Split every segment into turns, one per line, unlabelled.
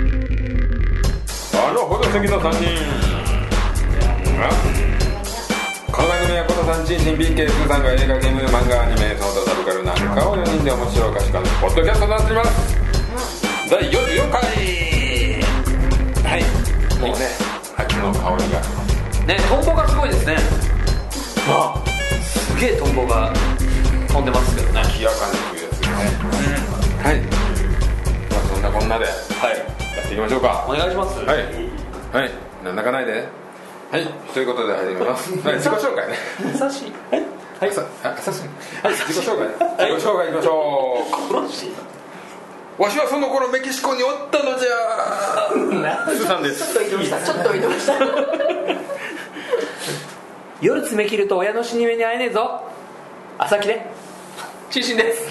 なるほど素敵な3人あこの番組はこの3人新 BK 通さんが映画ゲーム漫画アニメその他サブカルなんかを4人で面白おかしくのポッドキャストになっています第44回はい
もうね
秋の香りが
ねトンボがすごいですねすげえトンボが飛んでますけどねは
冷やかんというやつですねはいまあそんなこんなでや
い
っていきましょうか
お願いします
はい
い、
はい、なんだかないで。はい、ということで始めます。はい、自己紹介ね。
優しいはいはい
さあ、さすはい、自己紹介。自己紹介いきましょう。わしはその頃メキシコにおったのじゃ。スーさんです。
ちょっと置いてました
夜爪切ると親の死に目に会えねえぞ朝木ね中心です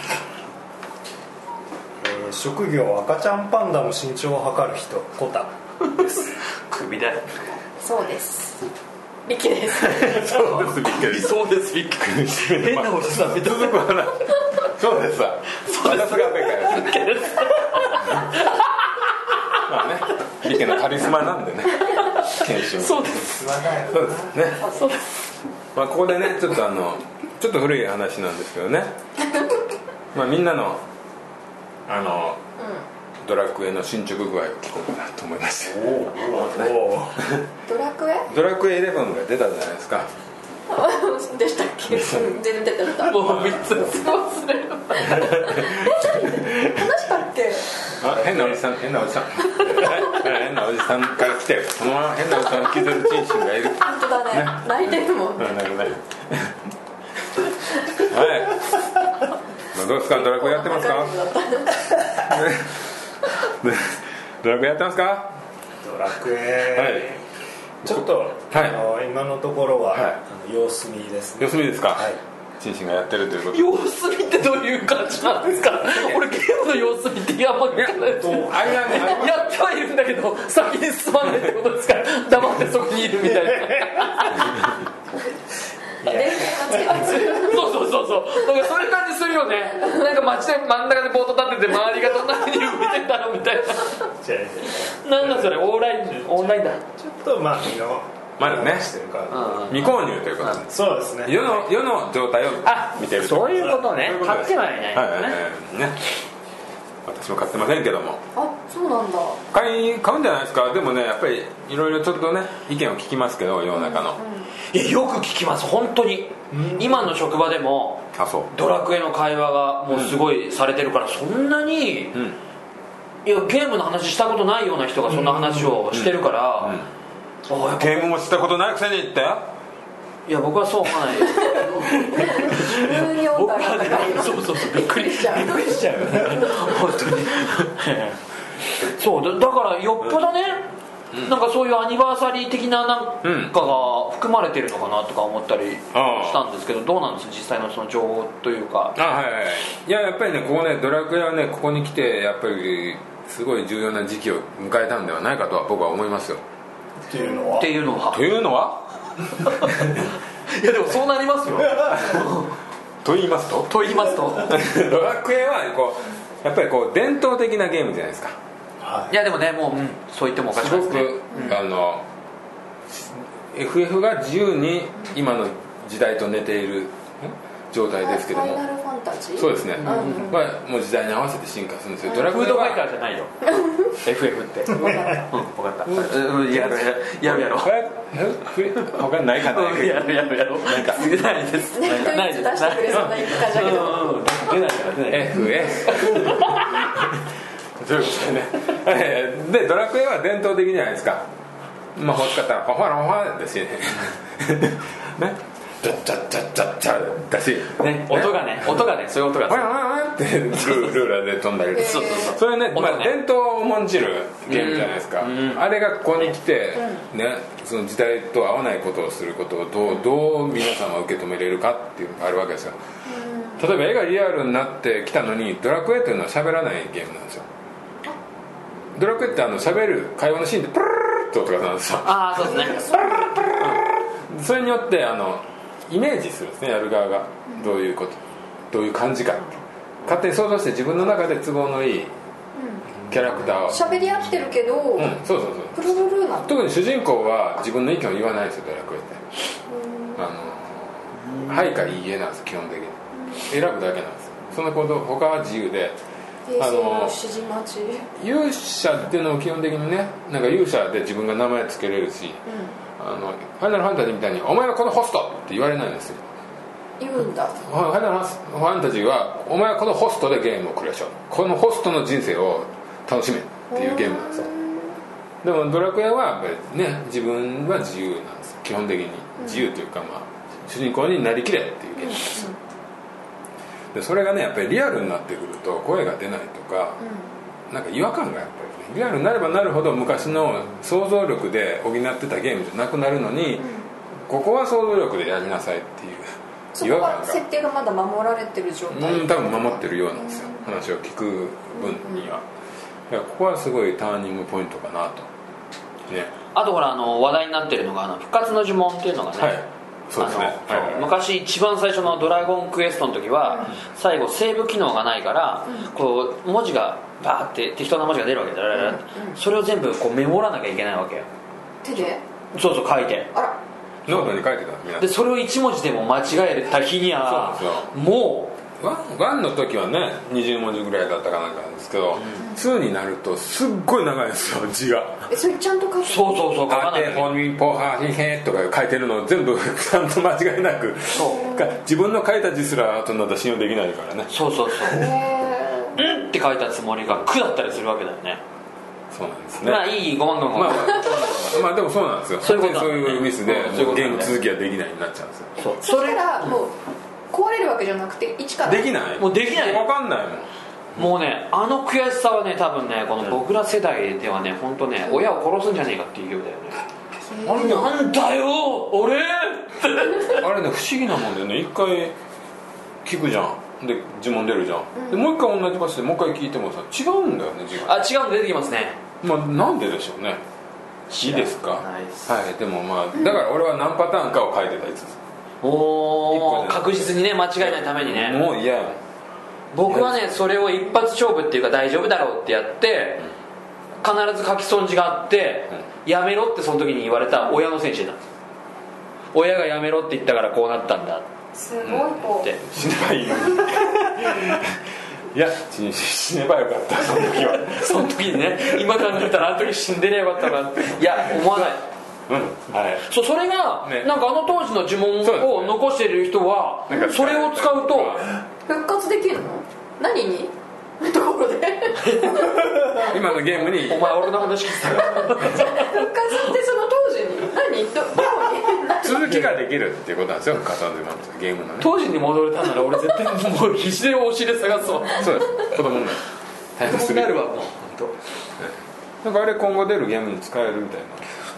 えー職業赤ちゃんパンダの身長を測る人コタ
首だ
そうですミキです
そうです、びっくり。
そうですびっくり変なおじさんみたい
続くはな。そうですわ。私が正解です。まあね、 リケのカリスマなんで ね。研修。
そうです
そうですね。
そうです
まあ、ここでねちょっとあのちょっと古い話なんですけどねまあみんなのあの、ドラクエの進捗具合を聞こうかなと思いまして
ドラクエ
ドラクエ11が出たじゃないですか
でしたっけ全然出てなかったどう
もう3つ
するえ何話したっけ
あ変なおじさん変なおじさんはい変なおじさんから来てるそのまま変なおじさんを引きずるチンチンがいる
本当だね泣いてるもん
なんだけどねはい、まあ、どうですかドラクエやってますかドラクエやってますか
ドラクエ、
はい
ちょっと、あの今のところは、
はい
あの様子見ですね
四隅ですか
はい
チンチンがやってるということで
様子見ってどういう感じなんですか俺ゲームの様子見ってやばくないです
とあれなんだ
やってはいるんだけど先に進まないってことですから黙ってそこにいるみたいな
電源がつけて
そうそうそうそうなんかそういう感じするよねなんか街で真ん中でボート立てて周りがどんなふうに動いてんだろうみたい
じゃあ
ななんだそれオンラインオンラインだ
ちょっとまあ見の
まだね
してるから、
未購入ということで
そうですね
世の世の状態を
あ
見てる
そういうことね
そういうこと
買
で
っ
す
てはいないん
はい
だ
はいはい
ね
ね私も買ってませんけども
あそうなんだ
買い買うんじゃないですかでもねやっぱりいろいろちょっとね意見を聞きますけど世の中の
いやよく聞きます本当に今の職場でも
あそう
ドラクエの会話がもうすごいされてるからそんなに
うん
いやゲームの話したことないような人がそんな話をしてるから、あやっぱ
ゲームもしたことないくせに言って
いや僕はそう思わないよ
急に温度
僕
が
は
高い
ねそうそうそうびっくりしちゃうびっくりしちゃう本当にそうだだからよっぽどね、なんかそういうアニバーサリー的ななんかが含まれてるのかなとか思ったり
ああ
したんですけどどうなんです実際のその情報というか
あはいはいいややっぱりねここねドラクエはねここに来てやっぱりすごい重要な時期を迎えたんではないかとは僕は思いますよ
っていうのは
っていうのは
というのはい
やでもそうなりますよ
と言いますと
と言いますと
ドラクエはこうやっぱりこう伝統的なゲームじゃないですか
はい
やでもねもう、うんそう言ってもおかし
す
くない
ご
です
く、
ね
あの FF が自由に今の時代と寝ているん状態ですけど
ファイ
も
ナルファンタジー
そうですね、
ん
まあ、もう時代に合わせて進化するんですよドラ
フ
ク
ー
エ
ドファイタ
は
ーじゃ ないよ
FF って
わかった
うん分かった、うん、やるやるやるやろ
他にないか な
うんやるやるやろなんかないです
ネットインツ出してくれそうな一家じゃけど
うんうん出ないから出ない
FF そういうことだよねでドラクエは伝統的じゃないですかまあ欲しかったらパファラパファラですしね ねチャッチャッチャッチャッチャだし
ね音がね音がねそういう音
ワ
が
ンワンワンってルールーラーで飛んだりとか
そうそうそう
それね、
音が
まあ、
ね
伝統を重んじるゲームじゃないですか、
うん
あれがここに来て、ね、その時代と合わないことをすることをどうどう皆さんは受け止めれるかっていうのがあるわけですよ、例えば絵がリアルになってきたのにドラクエというのは喋らないゲームなんですよドラクエってあの喋る会話のシーンでプルルルルって音がなんですよ
ああそうですね
それによってあのイメージするんですねやる側がどういうことどういう感じかって勝手に想像して自分の中で都合のいいキャラクターを、
喋り合ってるけど、
うん、そうそうそう
プルルルなの
特に主人公は自分の意見を言わないんですよドラクエってあのはいかいいえなんです基本的に選ぶだけなんですよそのこと他は自由で
平
あ
成の
の
指示待ち、
勇者っていうのを基本的にねなんか勇者で自分が名前つけれるしあのファイナルファンタジーみたいに「お前はこのホスト!」って言われないんですよ
言うんだ
ファイナルファンタジーは「お前はこのホストでゲームをクリアしよう」「このホストの人生を楽しめ」っていうゲームなんですよでもドラクエはやっぱりね自分は自由なんです基本的に自由というかまあ主人公になりきれっていうゲームなんですよでそれがねやっぱりリアルになってくると声が出ないとかなんか違和感がやっぱりねリアルになればなるほど昔の想像力で補ってたゲームじゃなくなるのに、ここは想像力でやりなさいって
そ
いう違
こ
和感
は
が
設定がまだ守られてる状態
うん多分守ってるようなんですよ話を聞く分には、いやここはすごいターニングポイントかなとね
あとほらあの話題になってるのがあの復活の呪文っていうのがね、
はいそうですね
あの
はいはいはい
昔一番最初の「ドラゴンクエスト」の時は、最後セーブ機能がないから、こう文字がバーって適当な文字が出るわけだ、ラララってそれを全部こうメモらなきゃいけないわけよ
手で
そうそう書いて
あら
ノートに書いてた皆さ
でそれを一文字でも間違えた日には
そうなんで
も
んワンワンの時はね20文字ぐらいだったかなんかなんですけど、ツー2になるとすっごい長いんですよ字が
えそれちゃんと書く
うそうそうそう書か
あ
な
て
い
ほにぽはひへとか書いてるのを全部ちゃんと間違いなくか自分の書いた字すら後になったら信用できないからね
そうそうそう
へえ
「うん」って書いたつもりが「く」だったりするわけだよね
そうなんですね
まあいいごまんごまん、
まあまあでもそうなんですよ
そういうこと
本当にそういうミスで
うんそういうこと
ゲーム続きができないになっちゃうんですよ
そう
そ
そ
し
れ
たらもう壊れるわけじゃなくて一から
できない
もうできない
分かんないもん
もうねあの悔しさはね多分ねこの僕ら世代ではね本当ね親を殺すんじゃねえかっていうようだよねあれなんだよ俺
あれね不思議なもんでね一回聞くじゃんで呪文出るじゃん、でもう一回同じ場所でもう一回聞いてもさ違うんだよね自分
あ違うの出てきますね
まあなんででしょうねいいですか
知らないっす
はいでもまあだから俺は何パターンかを書いてたやつです
お
一個
お
ね
確実にね間違いないためにね
もう嫌やもん
僕はねそれを一発勝負っていうか大丈夫だろうってやって必ず書き損じがあってやめろってその時に言われた親の選手だ親がやめろって言ったからこうなったんだっ
すごいこ
て
死ねばいいの にいや死死ねばよかったその時は
その時に ね今考えたらあの時死んでりゃよかったなっていや思わない
うんはい
そうそれが、
ね
なんかあの当時の呪文
そうです
を
ね
残してる人は
なんか
それを使うと
う復活できるの何に ところで
今のゲームに
お前俺の話聞いてたから
復活ってその当時に何どどこに何
続きができるっていうことなんですよ重ねましたゲームのね
当時に戻れたなら俺絶対もう必死でお尻探すわ
そうです子供になる大変すぎ
な
る
るわもう本
なんかあれ今後出るゲームに使えるみたいな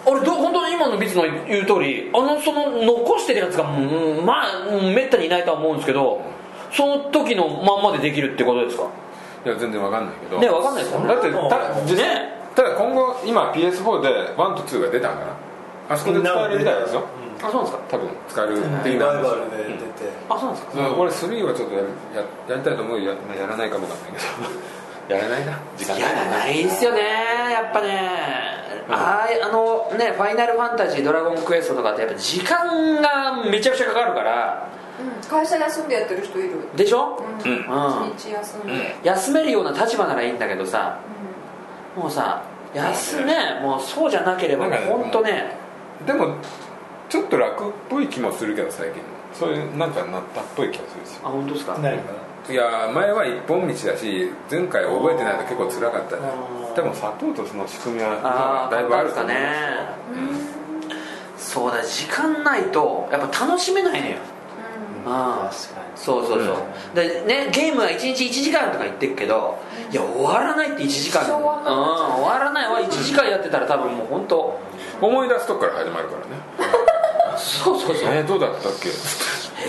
当俺ど本当に今のビツの言う通りあのその残してるやつがうんまあうんめったにいないとは思うんですけどその時のまんまでできるってことですか
いや全然わかんないけど
ねわかんないですよ
だって
そん
た
なの
実際
ね
ただ今後今 PS4 で1と2が出たからあそこで使えるみたいですよ
あそうなんですか
多分使えるって
リ
今
バイバルで出て、
あそうなんですか
うん俺3はちょっとやるややりたいと思うよや,、まあやらないかもわかんないけどやらないな時間
いやないっすよねやっぱね、あーあのね「ファイナルファンタジードラゴンクエスト」とかってやっぱ時間がめちゃくちゃかかるから
うん会社休んでやってる人いる
でしょ、
うん
うん
うん
一日休んで
休めるような立場ならいいんだけどさもうさ休ねもうそうじゃなければ
なんかね
本当ね
でもちょっと楽っぽい気もするけど最近そういうなんかなったっぽい気がするし
あ本当ですか
何かない
や前は一本道だし前回覚えてないと結構辛かったね
あー
でもサポートその仕組みは
あー
だいぶあると思い
簡単ですかね
ま
そうだ時間ないとやっぱ楽しめないのよああ
確かに
そうそうそう、でねゲームは1日1時間とか言ってるけどいや終わらないって1時間
そう
うん
終わらない
終わらないわ1時間やってたら多分もう本当
すよ思い出すとこから始まるからね
そうそうそう
えーどうだったっけ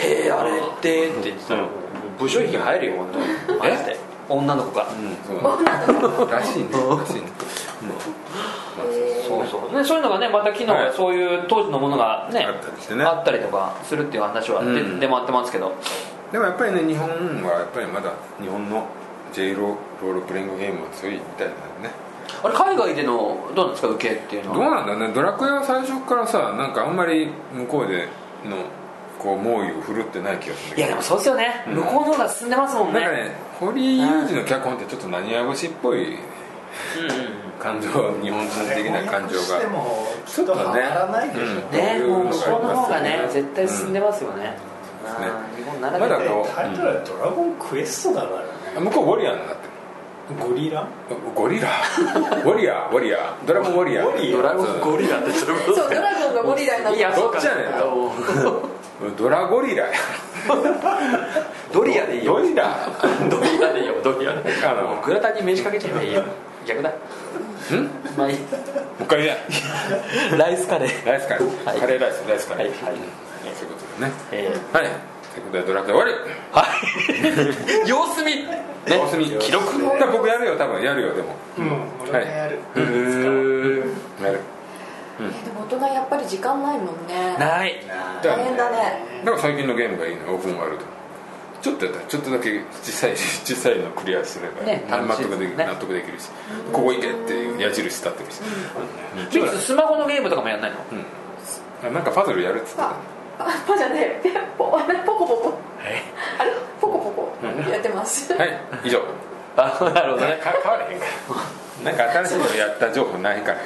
えー、あれってって言ってたらもう部署費入るよ本当マジで女の子が
うんそうらしいねらしいね
そうそう、ね、そういうのがねまた昨日
はい
そういう当時のものがね,、
あったりしてね
あったりとかするっていう話はで,、
うん
出回ってますけど
でもやっぱりね日本はやっぱりまだ日本の J ロロールプレイングゲームは強いみたいなんでね
あれ海外でのどうなんですか受けっていう
ど
の
う
は
なんだろうねドラクエは最初からさなんかあんまり向こうでのこう猛威を振るってない気がするんだけど
いやでもそうですよね、
うん
向こうの方が進んでますもん
な
ね
んかね堀井雄二の脚本ってちょっと何や節っぽい
うんうんうん
感情日本人的な感情
翻訳して
が
もきっとはまらないでしょ
ちょっとね
ね、もう向こうの方が
う
ね
ん
絶対進んでますよね、
んそうですね
あー日本なら
ま
で
だ
は
こう
タイトルは「ドラゴンクエスト」だからね
向こうウォリアーになってる
ゴリラ
ゴ リラウォリアーウォリアードラゴンウォリアー
ゴリ
ドラゴン
ゴ
ゴリラってそれも
そうドラゴンがゴリラになって
いや
そ
そ
っ
っ
ち
ち
や
や
ね
ね
ん
ん
なドラゴリラや
ドリアでいいよ
ドリラ
ドリアでいいよドリア
あの
もう倉田に名刺かけちゃえばいいよ逆だんまあいい
もう一回や
ライスカレー
ライスカレー、
はい
カレーライスライスカ
は
レー、
いはい
そういうことでね
えー
はいということでドラクエ終わり
はい様子見ね
様子見
記録
だから僕やるよ多分やるよでも
うん俺がやる、
うーん
やる
でも大人やっぱり時間ないもんね
ない
じゃあ
大変だね
だから最近のゲームがいいのよオープンワールドちょっとやったらちょっとだけ小さい小さいのクリアすれば、
ね
納
楽しいで
得
す
で
ね
きる、納得できるしここ行けっていう矢印立ってるし、うん
ミツスマホのゲームとかもやんないの
あなんかパズルやるっつってた
パ
ね
パパじゃねえポあれポコポコあれポコポコやってます
はい以上
あなるほど
なん
ね
か変わらへんからなんか新しいのやった情報ないから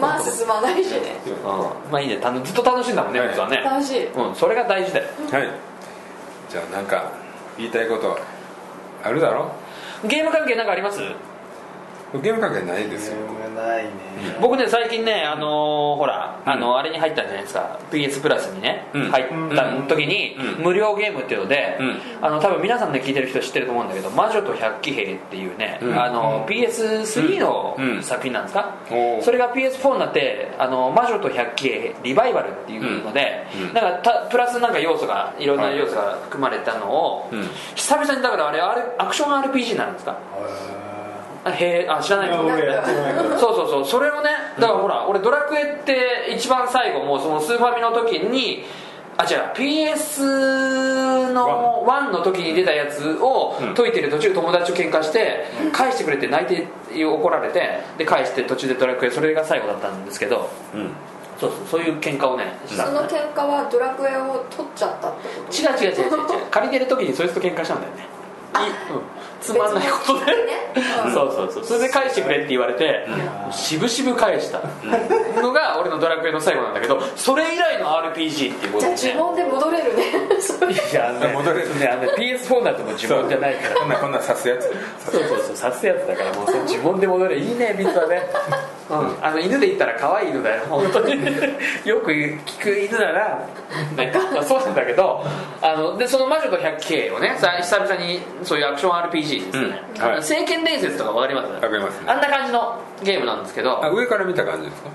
まあ進まないしね
うんまあいいねたのずっと楽しいんだもんね
はい
僕はね
楽しい
うんそれが大事だよ
はいじゃあなんか言いたいことあるだろ
ゲーム関係なんかあります
ゲーム関係ないですよ
眠ないね
僕ね最近ねあのーほら、
うん
あのあれに入ったじゃないですか PS プラスにね、
うん
入った時に、
うん
無料ゲームっていうので、
うん
あの多分皆さんね聞いてる人知ってると思うんだけど「魔女と百鬼兵」っていうね、
うん
あの PS3 の
うん
作品なんですか、
おー
それが PS4 になって「あの魔女と百鬼兵リバイバル」っていうので、
うんうん
なんかたプラスなんか要素がいろんな要素が含まれたのを、
うん
久々にだからあれあれアクション RPG なんですかあへーあ知らない
い
です
や
か
俺やってないから
そうそうそうそれをねだからほら、俺ドラクエって一番最後もうそのスーファミの時にあ違う PS の1の時に出たやつを
うん
解いてる途中友達と喧嘩して返してくれって泣いて怒られてで返して途中でドラクエそれが最後だったんですけど
うん
そうそうそういう喧嘩をねし
そ
たの
の喧嘩はドラクエを取っちゃったってこと
違う違う違う違う違う借りてる時にそいつと喧嘩したんだよねいうんつまんないことで
別のねうん
そうそうそうそれで返してくれって言われて渋々返したのが俺の「ドラクエ」の最後なんだけどそれ以来の RPG っていうこと
じゃあ
でね
呪文で戻れるねそうい う
いやあのね
戻れる
ねあの PS4 だともう呪文じゃないから
こんなこんな刺すやつ
そうそうそう刺すやつだからもうそれ呪文で戻れいいねビー トはねうん、あの犬で言ったら可愛い犬だよ本当によく聞く犬だな、ね、まあそうなんだけどあのでその「魔女と百鬼兵」をねさ久々にそういうアクション RPG ですね
うんはい
「聖剣伝説」とかわかります
わかりますね
あんな感じのゲームなんですけど
あ上から見た感じですか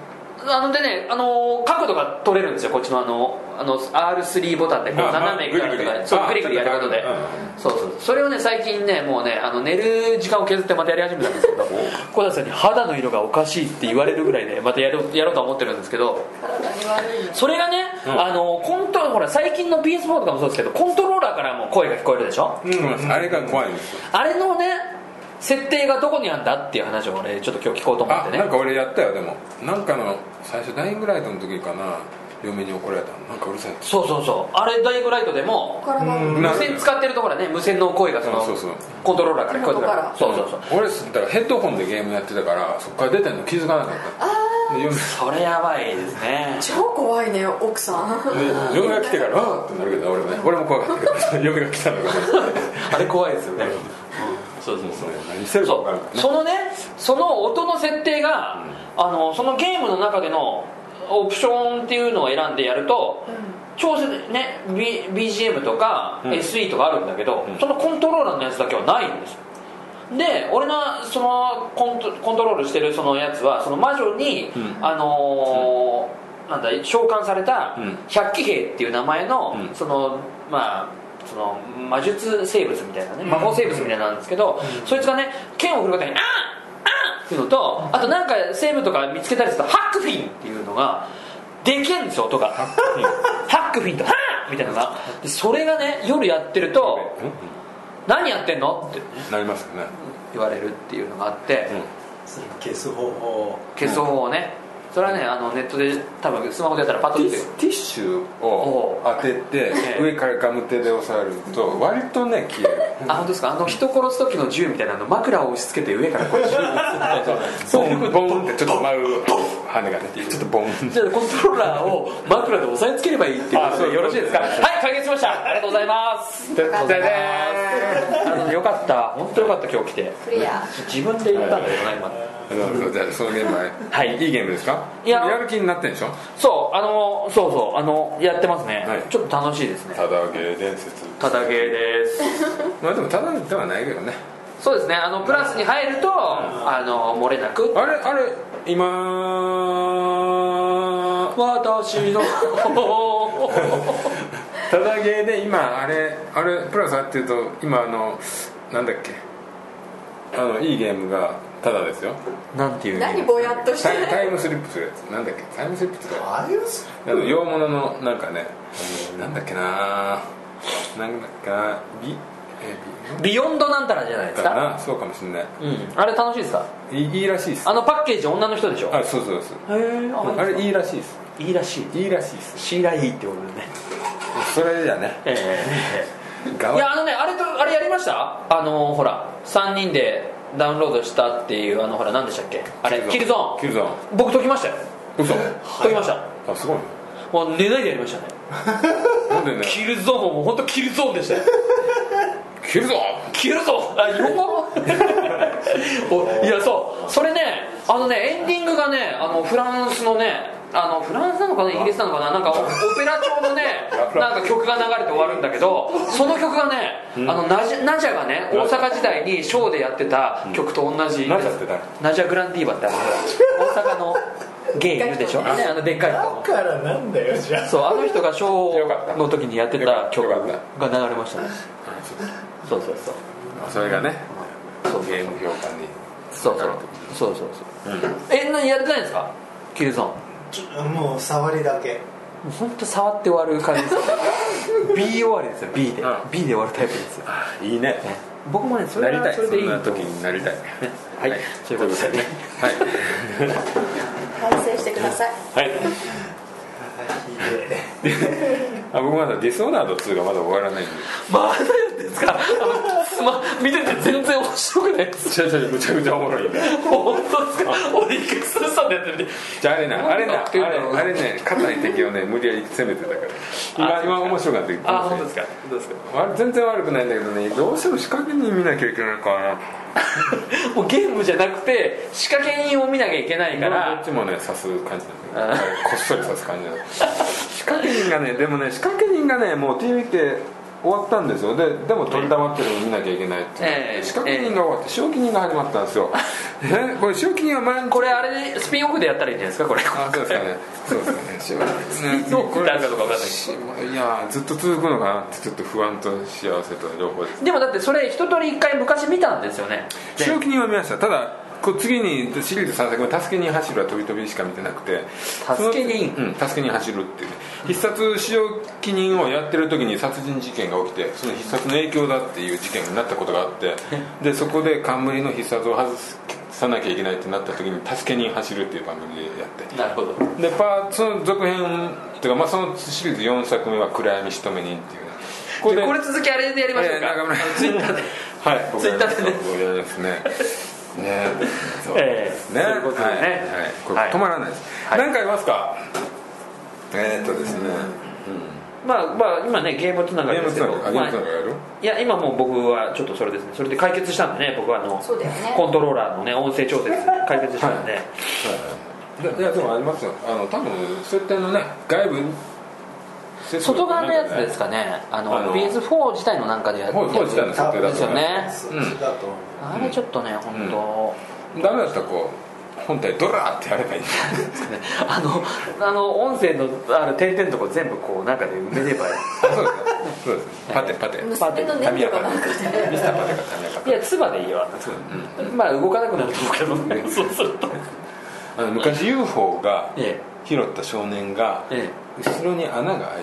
あのでね、あのー角度が取れるんですよこっちのあのあの R3 ボタンでこう
あ
斜めからと
グリグリ
かそう
あ
グリグリやることで
うんうんうん
そうそうそれをね最近ねもうねあの寝る時間を削ってまたやり始めたん ですけど小田さんに肌の色がおかしいって言われるぐらいねまたやろうやろうとは思ってるんですけど
体に悪いよ
それがね、
ん
あのコントほら最近の PS4 とかもそうですけどコントローラーからも声が聞こえるでしょ
うんあれが怖いんですよ
あれのね設定がどこにあんだっていう話を俺ちょっと今日聞こうと思っ
あ
てね
なんか俺やったよでもなんかの最初ダイイングライトの時かな嫁に怒られたのなんかうるさいって
そうそうそうあれダイイングライトでも
体が悪い
うん
無線使ってるところはね無線の声がその
そうそうそう
コントローラーから聞こえてくるから
そ
そうそうそう
俺だからヘッドホンでゲームやってたからそっから出てんの気づかなかったで嫁
それやばいですね
超怖いね奥さん
嫁が来てから「あっ!」ってなるけど俺もね俺も怖かったけど 嫁が来たのが
あれ怖いですよねそうそうそう
何してるか分からんからね
そのねその音の設定が、あのそのゲームの中でのオプションっていうのを選んでやると、調整ね、B、BGM とか
うん
SE とかあるんだけど、
うん
そのコントローラーのやつだけはないんですよで俺のそのコントコントロールしてるそのやつはその魔女に、
うん
あのーなんだ召喚された
うん
百鬼兵っていう名前の、
うん
そのまあその魔術生物みたいなね魔法生物みたいなんですけど、そいつがね剣を振る方に「あーあーっていうのとあとなんか生物とか見つけたりすると「ハックフィン」っていうのがでけえんですよ音がハックフィンと「ハッみたいなさでそれがね夜やってると
うんうん
「何やってんの?」って
なりますよね
言われるっていうのがあって、
うん
消す方法
消す方法をね、それはねあのネットで多分スマホでやったらパッと
ティ
出
ッ
てく
シ
る
ュティッシュを当てて
ええ
上からガム手で押さえると割とね消える
あ本当ですかあの人殺す時の銃みたいなの枕を押し付けて上からこう銃
ボンボンってちょっと舞う羽がねちょっとボン
じゃあコントローラーを枕で押さえつければいいっていう
あ
こと
そう
でよろしいですかはい解決しましたありがとうございます
じゃじゃじ
あのよかった本当よかった今日来て
クリア
自分で言ったんだけどな今
じゃあそのゲームは、
はい
いいゲームですか
いや
やる気になってんでしょ
そうあのそうそうあのやってますね、
はい
ちょっと楽しいですね
ただゲー伝説
ただゲーです
まあでもただではないけどね
そうですねあのプラスに入るとあの漏れなく
あれあれ今
私の
ただゲーで今あれあれプラスあっていうと今あのなんだっけあのいいゲームがただですよ
なんていうゲーム
何ぼやっとして
タイタイムスリップするやつなんだっけタイムスリップとか
あれはす
あの洋物のなんかねあのなんだっけななんだっけなビえ
ビヨンドなんたらじゃないで
ビ
す
か
か
なそうかもしんない
うんあれ楽しいですか
いいいらしいっす
あのパッケージ女の人でしょ
あそうそうそう
へえ
あれいいらしいっす
いいらしい
いいらしいっす
シーライーってことでね
それじゃね
え
ガ
いや
ワ
あのねあれとあれやりましたあのほら3人でダウンロードしたっていうあのほら何でしたっけあれキルゾー
キ
ン
ルゾ
僕解きましたよ
ーン嘘
解きました
あすごいね
もう寝ないでやりましたね
なんでね
キルゾーンももう本当キルゾーンでしたよ
キルゾ
キルゾーンあ日本語 おいやそうそれねあのねエンディングがねあのフランスのねあのフランスなのかなイギリスなのかななんかオオペラ調のねなんか曲が流れて終わるんだけどその曲がねあのナジャナジャがね大阪時代にショーでやってた曲と同じ
ーンなんちゃって誰
ナジャグランディーバってあの大阪のゲイいるでしょ、ね、あのでっかい子
だからなんだよじゃあ
そうあの人がショ
よかった
ーの時にやってた曲
よ
が
かっ
流れましたねそうそうそう
それがね
そう
ゲーム評価に
そうそうそうそうそう、えなやってないんですかキルゾーンも
ちょもう触りだけ
う本当触って終わる感じです B 終わりですよ B で、
うん
B で終わるタイプですよ
いいね
僕もねそ
な
れ
りた
はいそ
そ
れでいい
んな
と
時になりたい
はいそういうことでね
はい
反省してください
はいあ僕まだディスオーナード2がまだ終わらないんで
まだやってんですかあのすま見てて全然面白くないです
ちょちょむちゃくちゃおもろいんだ
本当ですか俺一回スーさんでやってみて
じゃああれなあれな
なん
あ
て
れ
言うんだろう
あれね硬い敵をね無理やり攻めてたから今
あ
今面白かった
あ本当ですかどうですか
あ全然悪くないんだけどねどうしても仕掛けに見なきゃいけないから
もうゲームじゃなくて仕掛け人を見なきゃいけないか
などっ
ら
ちもね刺す感じなん
あ
だけどこっそり刺す感じなんだ仕掛け人がねでもね仕掛け人がねもう TVK 終わったんですよででも取り溜まってるの見なきゃいけないって、
ええ
仕掛け人が終わって仕置き人が始まったんですよえこれ仕置き人は前に
これあれでスピンオフでやったらいいんじゃないですかこれ
あそうですかねそうで すかねし
どうなるかとかわかんない
しいやーずっと続くのかなってちょっと不安と幸せと両方です
でもだってそれ一通り一回昔見たんですよねで
仕置き人は見ましたただこう次にシリーズ3作目「助け人走る」は飛び飛びしか見てなくて
助け人
そのうん助け人走るっていうね必殺仕置き人をやってる時に殺人事件が起きてその必殺の影響だっていう事件になったことがあ ってでそこで冠の必殺を外さなきゃいけないってなった時に「助け人走る」っていう番組でやって
なるほど
でパーその続編っていうか、まあ、そのシリーズ4作目は「暗闇仕留め人」っていうねこ
これ
で
続きあれでやりましょう
えー中
か
村
ツイッターで
はい僕やります
ツイッターでね
僕やりますねねそう
ええ
ね
そういうことでね
はいはいこれ
はい
止まらないです
はい
何かありますかえーっとですね
まあまあ今ねゲームつな
ゲ
がり
ー
で
ム
す
つ
け
な
ど、
がり
ま
あ
あ
ゲームつながりやる
いや今もう僕はちょっとそれですねそれで解決したんでね僕はあの
そうだよね
コントローラーのね音声調節解決したんで、
いやでもありますよあの多分設定のね外部設定
外側のやつですかねあの
あの
PS4 自体のなんかでやって
ほうほう自体の設定だとね
そっちだと思う
あれちょっとね本当、
ダメだったらこう本体ドラーってやればい い
あのあの音声のあの点々のとこ全部こう中で埋めればいい
あそうですねそうですねパテパテ
娘の
タミ
念
ヤ
と
パ
か
テ
なんかで
ミスターパテかタミヤパテ
いや唾でいいわ、 まあ動かなくなると思うけどねそうすると
あの昔 UFO が
ええ
必拾った少年が
え
後ろに穴が開いてたんで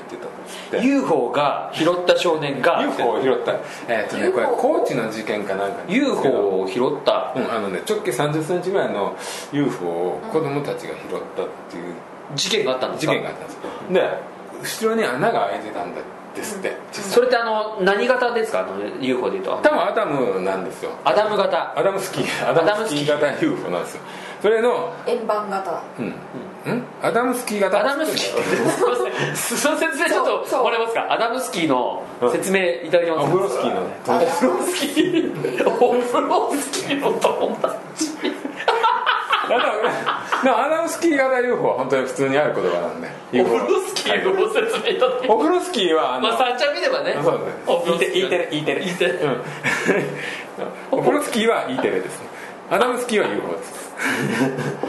すって
え UFO が拾った少年が
UFO を拾ったえーっとねこれ
UFO
高知の事件かなんかなんですけど
UFO を拾った
うん、あのね直径3 0センチぐらいの UFO を子供たちが拾ったっていう
事件があったんです
事
か
件があったんですよで後ろに穴が開いてたんですって実際
それってあの何型ですかあの UFO でいうと
多分アダムなんですよ
アダム型
アダムスキーアダムスキー
ア
型 UFO なんですよそれの
円盤型
うん、うん、アダムスキー型
アダムスキーすいませんその説明ちょっ
そう
と
そう
もらえますかアダムスキーの説明いただけま
オ
す
フロ
か
スキーのね
オフロスキーオフロスキーの友達
アダムでもアダムスキー型 UFO は本当に普通にある言葉なんで
オ
UFO
フロスキーのご説明いただけ
オフロスキーはあの、
まあ三ちゃん見ればね
そうですね
オフロスキ
イ
ー
ーテレイーテレ
イーテレ
うん、オフロスキーは E テレですねアダムスキーは UFO です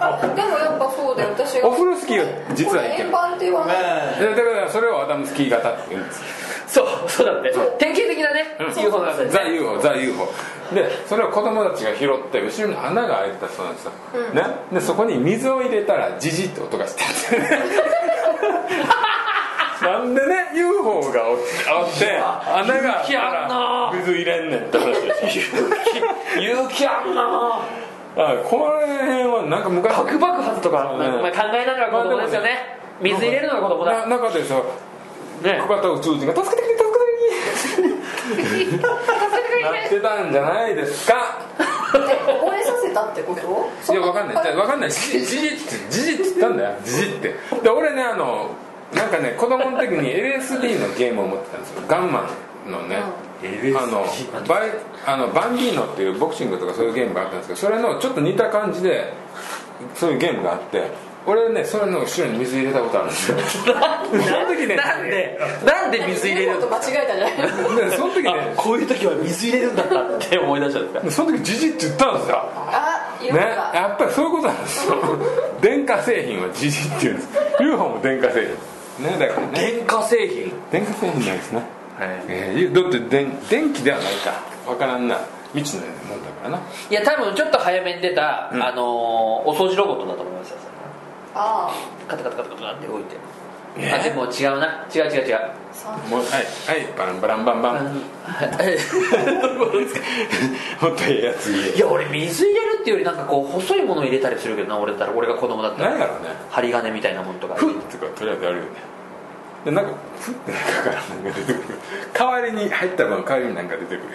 あでもやっぱそうだよ私が
オフロスキーは実は
これ
いける
円盤って言わない
でだからそれをアダムスキー型って言うんです
そうそうだって典型的なね UFO なんです
ザ・ UFO ザ・ UFO でそれを子供たちが拾って後ろに穴が開いてたそうなんですよ、ね、でそこに水を入れたらジジって音がした んですよねなんでね UFO があって穴が開いた
勇気あ
ら
んな
水入れんねんって話ですよ
勇気あんな
あこの辺はなんか昔
核爆発とか、
そう
まあ
ね
考えながら子供ですよね,、水入れるのが子供だ
な中でさ
ね
小型宇宙人が「助けてくれ助けてくれ」なってたんじゃないですか
覚えさせたってこと
い
そ
や
な
わかんないじゃあわかんないじじじじってじじって言ったんだよじじってで俺ねあのなんかね子供の時に LSD のゲームを持ってたんですよガンマンのね、あのバイあのバンビーノっていうボクシングとかそういうゲームがあったんですけどそれのちょっと似た感じでそういうゲームがあって俺ねそれの後ろに水入れたことあるんです よその時ね
なんでなんで水入れる
と間違えたじゃない
でその時
あ
ね
こういう時は水入れるんだったって思い出したんですか
その時じじって言ったんですよ
あ色
ね、
々だ
やっぱりそういうことなん ですよ電化製品はジジっていうんです UFO も電化製品ねだからね
電化製品
電化製品なんですね、えーだって電電気ではないかわからんな未知のようなもんだからない
や多分ちょっと早めに出た、
ん
あのーお掃除ロボットだと思いますよ
ああ
カタカタカタカタって動いて、
え
あでも違うな違う違う違う
もうはいはいバランバランバンバン もっとええやつ言
いや俺水入れるっていうよりなんかこう細いものを入れたりするけどな俺だったら俺が子供だっ
え
たら
何やろうね
針金みたいなものとか
フッとかとりあえずやるよねでなんかフッて中からなんか出てくる代わりに入った分代わりになんか出てくるよね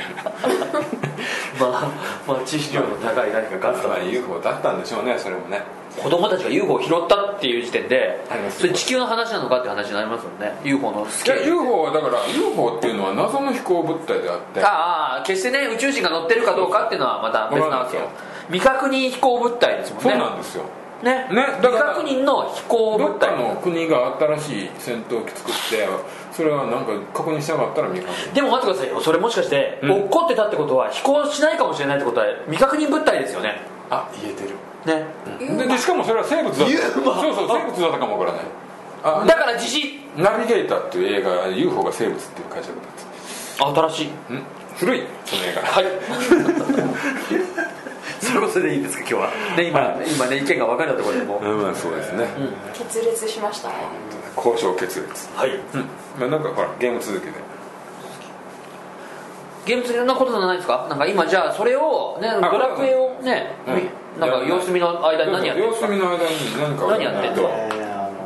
まあ、まあ知識量の高い何かガスと
ま
か
あ UFO だったんでしょうねそれもね
子供たちが UFO を拾ったっていう時点で
ありますよ
それ地球の話なのかって話になりますもんね UFO のス
い
ケ
や
ール
UFO はだから UFO っていうのは謎の飛行物体であって
ああ決してね宇宙人が乗ってるかどうかっていうのはまた別なんですよ
わか
未確認飛行物体ですもんね
そうなんですよ
ね
ねだから
未確認の飛行
ど
物
っか
体
の国が新しい戦闘機作ってそれはなんか確認したかったら見かけ
でも待ってくださいよそれもしかして、
うん
落っこってたってことは飛行しないかもしれないってことは未確認物体ですよね
あ言えてる
ね、
ででしかもそれは生物だったそうそう生物だったかもわからないあ
だから自信
ナビゲーターっていう映画 UFO が生物っていう解釈だった
あ新しい
うん古いその映画
はいそれこそでいいですか今日はね今、今ね意見が分かれたところでも、
うんまあそうですね、
決裂しました
交渉決裂
はい
うんまあなんかほらゲーム続きで
ゲーム的なことじゃないですかなんか今じゃあそれをねドラクエをね、
うん
なんか様子見の間に何やってるん
様
です
子
か
見の間に何かを
何やってんの
どう
えーあのー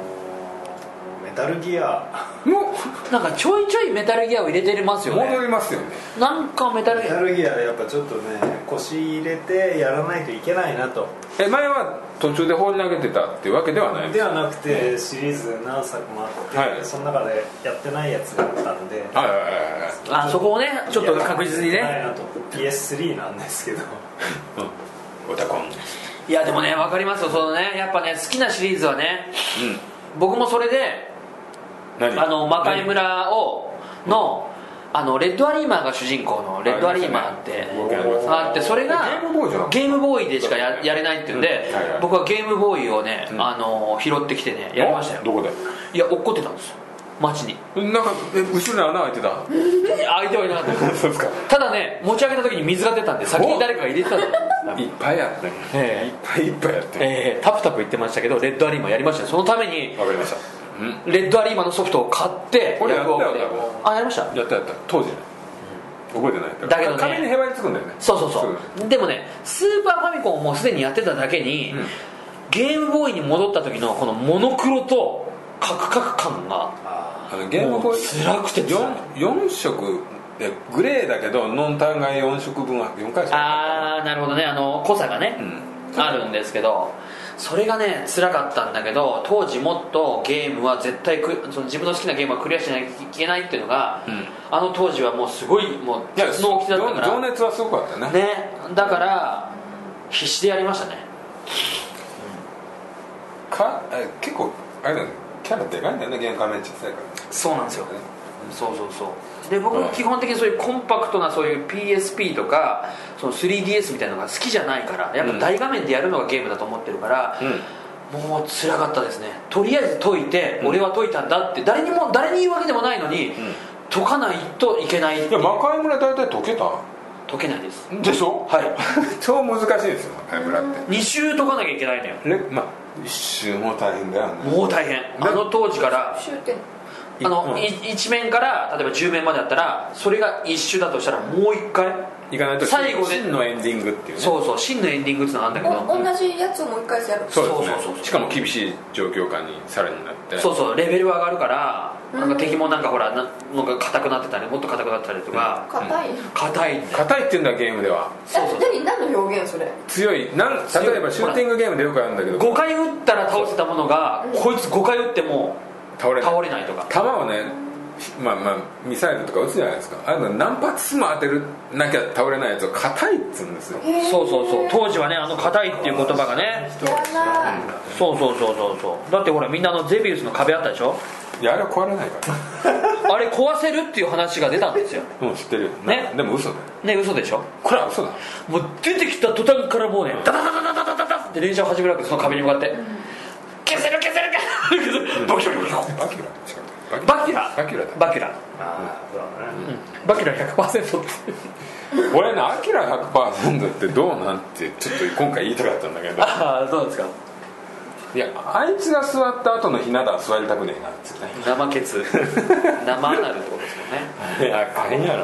メタルギア
も
なんかちょいちょいメタルギアを入れてます
う
よね
戻りますよね
なんかメタル
メ
ギ
タ
ア
ルギアでやっぱちょっとね腰入れてやらないといけないなと
え前は途中で放り投げてたっていうわけではないんで
ですはなくてシリーズ何作もあって、
はい
その中でやってないやつがあったんで
はいはいはいはい
あそこをねちょっと確実に
やら
ね
ないなと PS3 なんですけど
オタコン
いやでもね分かりますよそのねやっぱね好きなシリーズはね
うん
僕もそれで
何
あの魔界村をのあのレッドアリーマーが主人公のレッドアリーマーって
ありましたね動きありました
あってそれが
ゲームボーイじゃなくて
ゲームボーイでしかややれないっていうんで
うんはいはい
僕はゲームボーイをね
うん
あの拾ってきてね
何
やりましたよ
どこで
いや落っこってたんですよ街に
なんかえ後ろに穴開いてた
相手はいなかったです
そうですか
ただね持ち上げた時に水が出たんで先に誰かが入れてたんだ
いっぱいやったね
ええ
いっぱいいっぱいやって
えータプタプ言ってましたけどレッドアリーマンやりましたよそのために
わかりましたうん
レッドアリーマンのソフトを買って
俺やったよ
ヤフオクで
多分
あやりました
やったやった当時ね覚えてない
だけどね
壁にへばりつくんだよね
そうそうそうでもねスーパーファミコンをもうすでにやってただけに、
うん
ゲームボーイに戻った時のこのモノクロとカクカク感が
あのゲームボーイ
もう辛くて辛い
4, 色でグレーだけどノン単が4色分は4回しか
ああなるほどねあの濃さがね、あるんですけどそれがね辛かったんだけど当時もっとゲームは絶対くその自分の好きなゲームはクリアしなきゃいけないっていうのが、
うん
あの当時はもうすごいもう
いや
脳気だったから
情熱はすごかったね
ねだから必死でやりましたね
かえ結構あれだよねキャラでかいんだよねゲーム画面小さいから
そうなんですよ
ね
そうそうそうで僕
はい
基本的にそういうコンパクトなそういう PSP とかその 3DS みたいなのが好きじゃないからやっぱ大画面でやるのがゲームだと思ってるから、もう辛かったですねとりあえず解いて、俺は解いたんだって誰にも誰に言うわけでもないのに、解かないといけない
いや魔界村大体解け
解けないです
たでしょ
はい
超難しい ですよ魔界村って
2周解かなきゃいけないのよ
レまあ一周も大変だよね
もう大変あの当時から
終点
あの、
うん
い一面から例えば10面までだったらそれが一周だとしたらもう一回
いかないと
最後ね
真のエンディングっていうね
そうそう真のエンディングっていうのがあるんだけど
お同じやつをもう一回やる
そうですね
そうそうそうそう
しかも厳しい状況下にさらになって
そうそうレベルは上がるからなんか敵もなんかほらななんか硬くなってたりもっと硬くなってたりとか
硬いな
硬いんだよ
硬いっていうんだゲームでは
そうそう
え何何の表現それ
強いなん例えばシューティングゲームでよくあるんだけど
5回打ったら倒せたものがこいつ5回打っても
倒れない
倒れないとか
球をねまあまあミサイルとか撃つじゃないですかああいうの何発も当てるなきゃ倒れないやつを硬いっつうんですよ
へー
そうそうそう当時はねあの硬いっていう言葉がね
知らない
そうそうそうそうそうだってほらみんなあのゼビウスの壁あったでしょ
いやあれは壊れないから
あれ壊せるっていう話が出たんですよ
もう知ってるよ
ね
なでも嘘だよ
ね嘘でしょ
これは嘘だ
もう出てきた途端からもうねダダダダダダダダダって連射を始めるわけその壁に向かって消せる消せる消せる消せるバキュラ
バキュラ違うバ
バ
バキュラだ
キュラバキュラ
あーそうだね
バキュラ100%って
キュラ俺ねアキラ100%ってどうなんてちょっと今回言いたかったんだけど
ああそうですか
いやあいつが座った後のひな壇座りたくねえなっつってね
生ケツ生アナルってことですよね
いや変やろ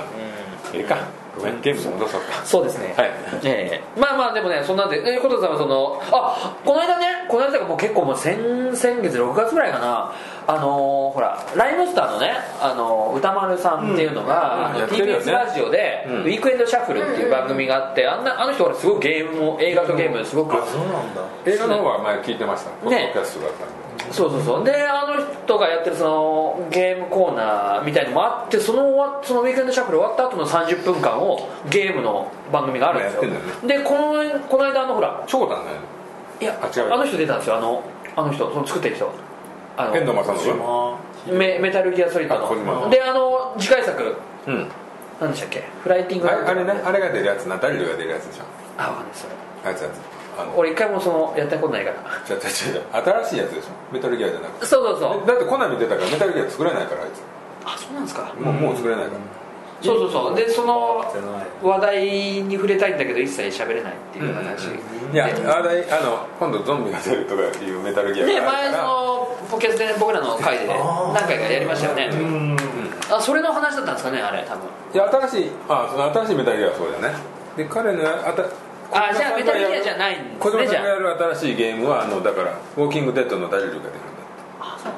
ええかごめんゲーム戻そうか
そうですね
はい
ええまあまあでもねそんなんでえことさんはそのあこの間ねこの間というかもう結構もう先先月6月ぐらいかなあのーほらライムスターのね、あのー歌丸さんっていうのが、
うん
あ
や
の
ってるよね
TBS ラジオで、
うん
ウィークエンドシャッフル」っていう番組があって、あんなあの人ほらすごいゲームも映画とゲームすごく、
あそうなんだ
映画の方は前聞いてましたポッ
ね
ドキャストだったんで
そうそうそうであの人がやってるそのゲームコーナーみたいのもあってその終わそのウィークエンドシャッフル終わった後の30分間をゲームの番組があるんですよ
やって
でこのこの間あのほら
長男だよ
いや
あ違う
あの人出たんですよあのあの人その作ってる人あの
遠藤正信
島
メメタルギアソリッド
あ小島
の
の
であの次回作
うん
何でしたっけフライティング
あれあれねあれが出るやつなダリルが出るやつでしょ
あわかんないそれ
あいつやつあの
俺一回もそのやったことないから
違う違う違う新しいやつでしょメタルギアじゃなくて
そうそうそう
えだってコナミ出たからメタルギア作れないからあいつ
あそうなんですか
もうもう作れないから
そうそうそうでその
ってない
話題に触れたいんだけど一切喋れないっていう話、
いやあれあの今度ゾンビが出るとかいうメタルギア
で
があ
前
る
そ
か
のポケスで僕らの回で何回かやりましたよね
うん
あそれの話だったんですかねあれ多分
らいや新しいあその新しいメタルギアはそうだねで彼のあた
あじゃあ
小
メ
島さんが
タル
や
ギ
る
アじゃないんで
小
すね
島
じ
さん
ゃ
がやる新しいゲームはあのだからウォーキングデッドのダリルが出るんだ
あ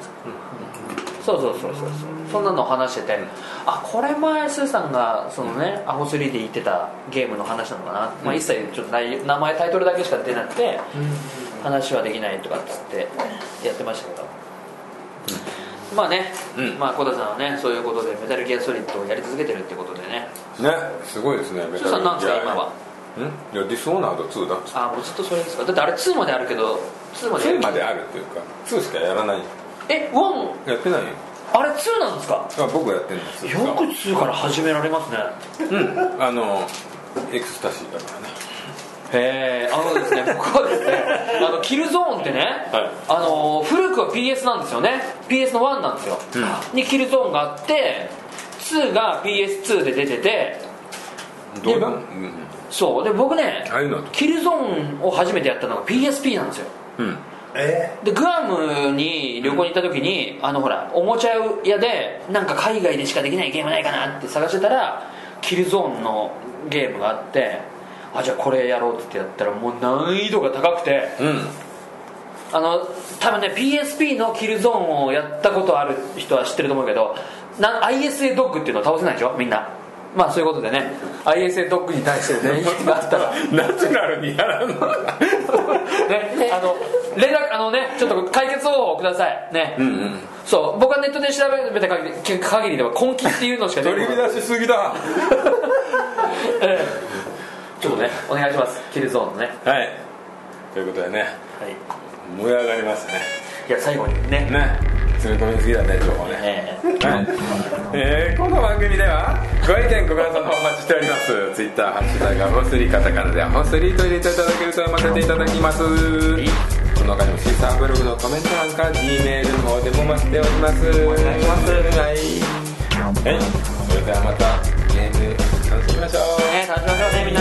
そうそうそうそうそうそんなの話してて、あこれ前スーさんがそのね、アホ3で言ってたゲームの話なのかな、まあ、一切ちょっと内名前タイトルだけしか出なくて、話はできないとかっつってやってましたけど、まあね、
うん
まあ小田さんはねそういうことでメタルギアソリッドをやり続けてるってことでね
ねすごいですねメ
スーさんなんですか今は
んいやディスオーナーと2だっつって
あもうずっとそれですかだってあれ2まであるけど2まで
2まであるっていうか2しかやらない
え1
やってないよ
あれ2なんですか
あ僕がやってるんです
よく2から始められますね
うんあのエクスタシーだからね
へえあの ですね僕はですねあのキルゾーンってね、
はい
あの古くは PS なんですよね PS の1なんですよ、にキルゾーンがあって2が PS2 で出てて
どうだ
で
うん
そうで僕ね
ああいうのと
キルゾーンを初めてやったのが PSP なんですよ
うん
え
でグアムに旅行に行った時に、あのほらおもちゃ屋でなんか海外でしかできないゲームないかなって探してたらキルゾーンのゲームがあってあじゃあこれやろうってやったらもう難易度が高くて
うん
あの多分ね PSP のキルゾーンをやったことある人は知ってると思うけどな ISA ドッグっていうのを倒せないでしょみんなまあそういうことでね ISA ドッグに対して のね意識があったら
ナチュラルにやらんのか
ね、あの連絡あのねちょっと解決方法をくださいね、
うんうん
そう僕はネットで調べた限り限りでは根気っていうのし か出てこ
取
な
り
い
乱しすぎだは
ええちょっとねお願いしますキルゾーンのね
いということでね
はい
燃え上がりますね
いや最後にね
ね詰め込みすぎだね情報ね
ええ
はい、えーこの番組ではご意見ご感想のお待ちしておりますツイッターハッシュタグはホスリーカタカナでホスリーと入れていただけると読ませていただきます
い
この他にもシーサーブログのコメント欄か G メールの方でもお待ちしておりますお願いしますはい、はい、それではまたゲーム楽しみましょう
ね楽しみましょうねみんな